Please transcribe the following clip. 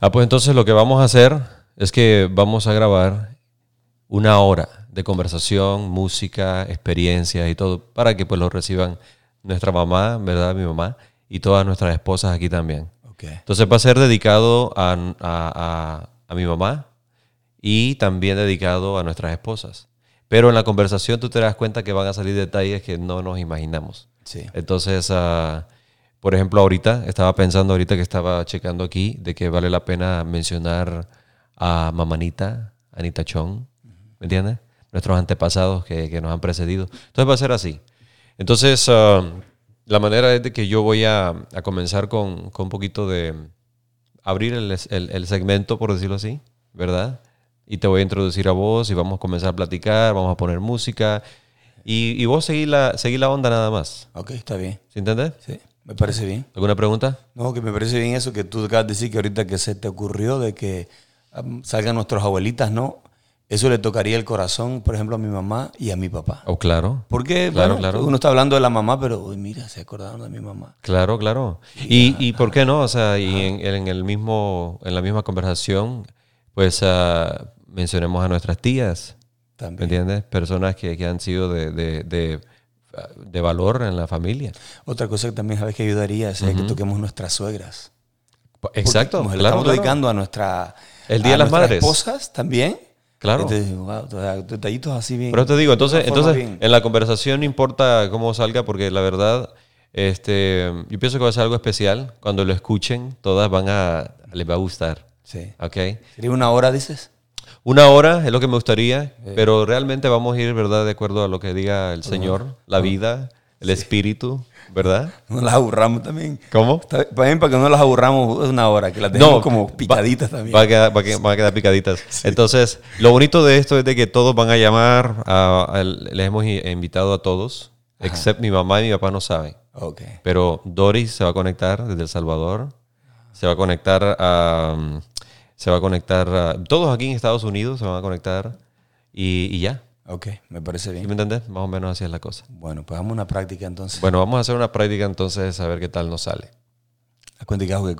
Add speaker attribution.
Speaker 1: Ah, pues entonces lo que vamos a hacer es que vamos a grabar una hora de conversación, música, experiencias y todo para que pues lo reciban nuestra mamá, ¿verdad? Mi mamá y todas nuestras esposas aquí también.
Speaker 2: Okay.
Speaker 1: Entonces va a ser dedicado a, a- a- a mi mamá y también dedicado a nuestras esposas. Pero en la conversación tú te das cuenta que van a salir detalles que no nos imaginamos.
Speaker 2: Sí.
Speaker 1: Entonces, ah, por ejemplo, ahorita estaba pensando, ahorita que estaba checando aquí, de que vale la pena mencionar a Mamanita, Anita Chong, ¿me entiendes? Nuestros antepasados que, que nos han precedido. Entonces va a ser así. Entonces, ah, la manera es de que yo voy a, a comenzar con, con un poquito de abrir el, es- el- el segmento, por decirlo así, ¿verdad? Y te voy a introducir a vos y vamos a comenzar a platicar, vamos a poner música. Y, y vos seguí la, seguí la onda nada más.
Speaker 2: Ok, está bien.
Speaker 1: ¿Sí entiendes?
Speaker 2: Sí, me parece bien.
Speaker 1: ¿Alguna pregunta?
Speaker 2: No, que me parece bien eso que tú acabas de decir que ahorita que se te ocurrió de que am, salgan nuestras abuelitas, ¿no? Eso le tocaría el corazón, por ejemplo, a mi mamá y a mi papá.
Speaker 1: Oh, claro.
Speaker 2: Porque
Speaker 1: Claro,
Speaker 2: bueno,
Speaker 1: claro.
Speaker 2: uno está hablando de la mamá, pero uy, mira, se acordaron de mi mamá.
Speaker 1: Claro, claro. Y, y por qué no, o sea, y en, en el mismo, en la misma conversación, pues ah, mencionemos a nuestras tías, ¿me
Speaker 2: También.
Speaker 1: entiendes? Personas que, que han sido de, de- de- ah, de valor en la familia.
Speaker 2: Otra cosa que también sabes que ayudaría es que toquemos nuestras suegras. Porque
Speaker 1: Exacto,
Speaker 2: Nos le
Speaker 1: claro,
Speaker 2: estamos
Speaker 1: claro.
Speaker 2: dedicando a nuestra
Speaker 1: El Día
Speaker 2: a
Speaker 1: de las
Speaker 2: nuestras
Speaker 1: Madres.
Speaker 2: esposas también.
Speaker 1: Claro.
Speaker 2: Entonces, wow, o sea, detallitos así bien.
Speaker 1: Pero te digo, entonces,
Speaker 2: de una forma
Speaker 1: entonces
Speaker 2: bien.
Speaker 1: en la conversación no importa cómo salga, porque la verdad, este, yo pienso que va a ser algo especial. Cuando lo escuchen, todas van a, les va a gustar,
Speaker 2: Sí.
Speaker 1: ¿ok?
Speaker 2: ¿Sería una hora, dices?
Speaker 1: Una hora es lo que me gustaría,
Speaker 2: Eh.
Speaker 1: pero realmente vamos a ir, ¿verdad? De acuerdo a lo que diga el Señor, la vida, el espíritu, ¿verdad?
Speaker 2: No las aburramos también.
Speaker 1: ¿Cómo?
Speaker 2: Está bien, También para que no las aburramos es una hora, que las dejemos como
Speaker 1: va-
Speaker 2: picaditas también.
Speaker 1: Va a quedar, va a que- van a quedar picaditas. Entonces, lo bonito de esto es de que todos van a llamar, a- a- les hemos i- invitado a todos, excepto mi mamá y mi papá no saben.
Speaker 2: Ok.
Speaker 1: Pero Doris se va a conectar desde El Salvador. Se va a conectar a. um, Se va a conectar a- Todos aquí en Estados Unidos se van a conectar. Y, y ya.
Speaker 2: Ok, me parece
Speaker 1: ¿Sí
Speaker 2: bien.
Speaker 1: me entendés? Más o menos así es la cosa.
Speaker 2: Bueno, pues hagamos una práctica entonces.
Speaker 1: Bueno, vamos a hacer una práctica entonces a ver qué tal nos sale.
Speaker 2: Haz cuenta que hago que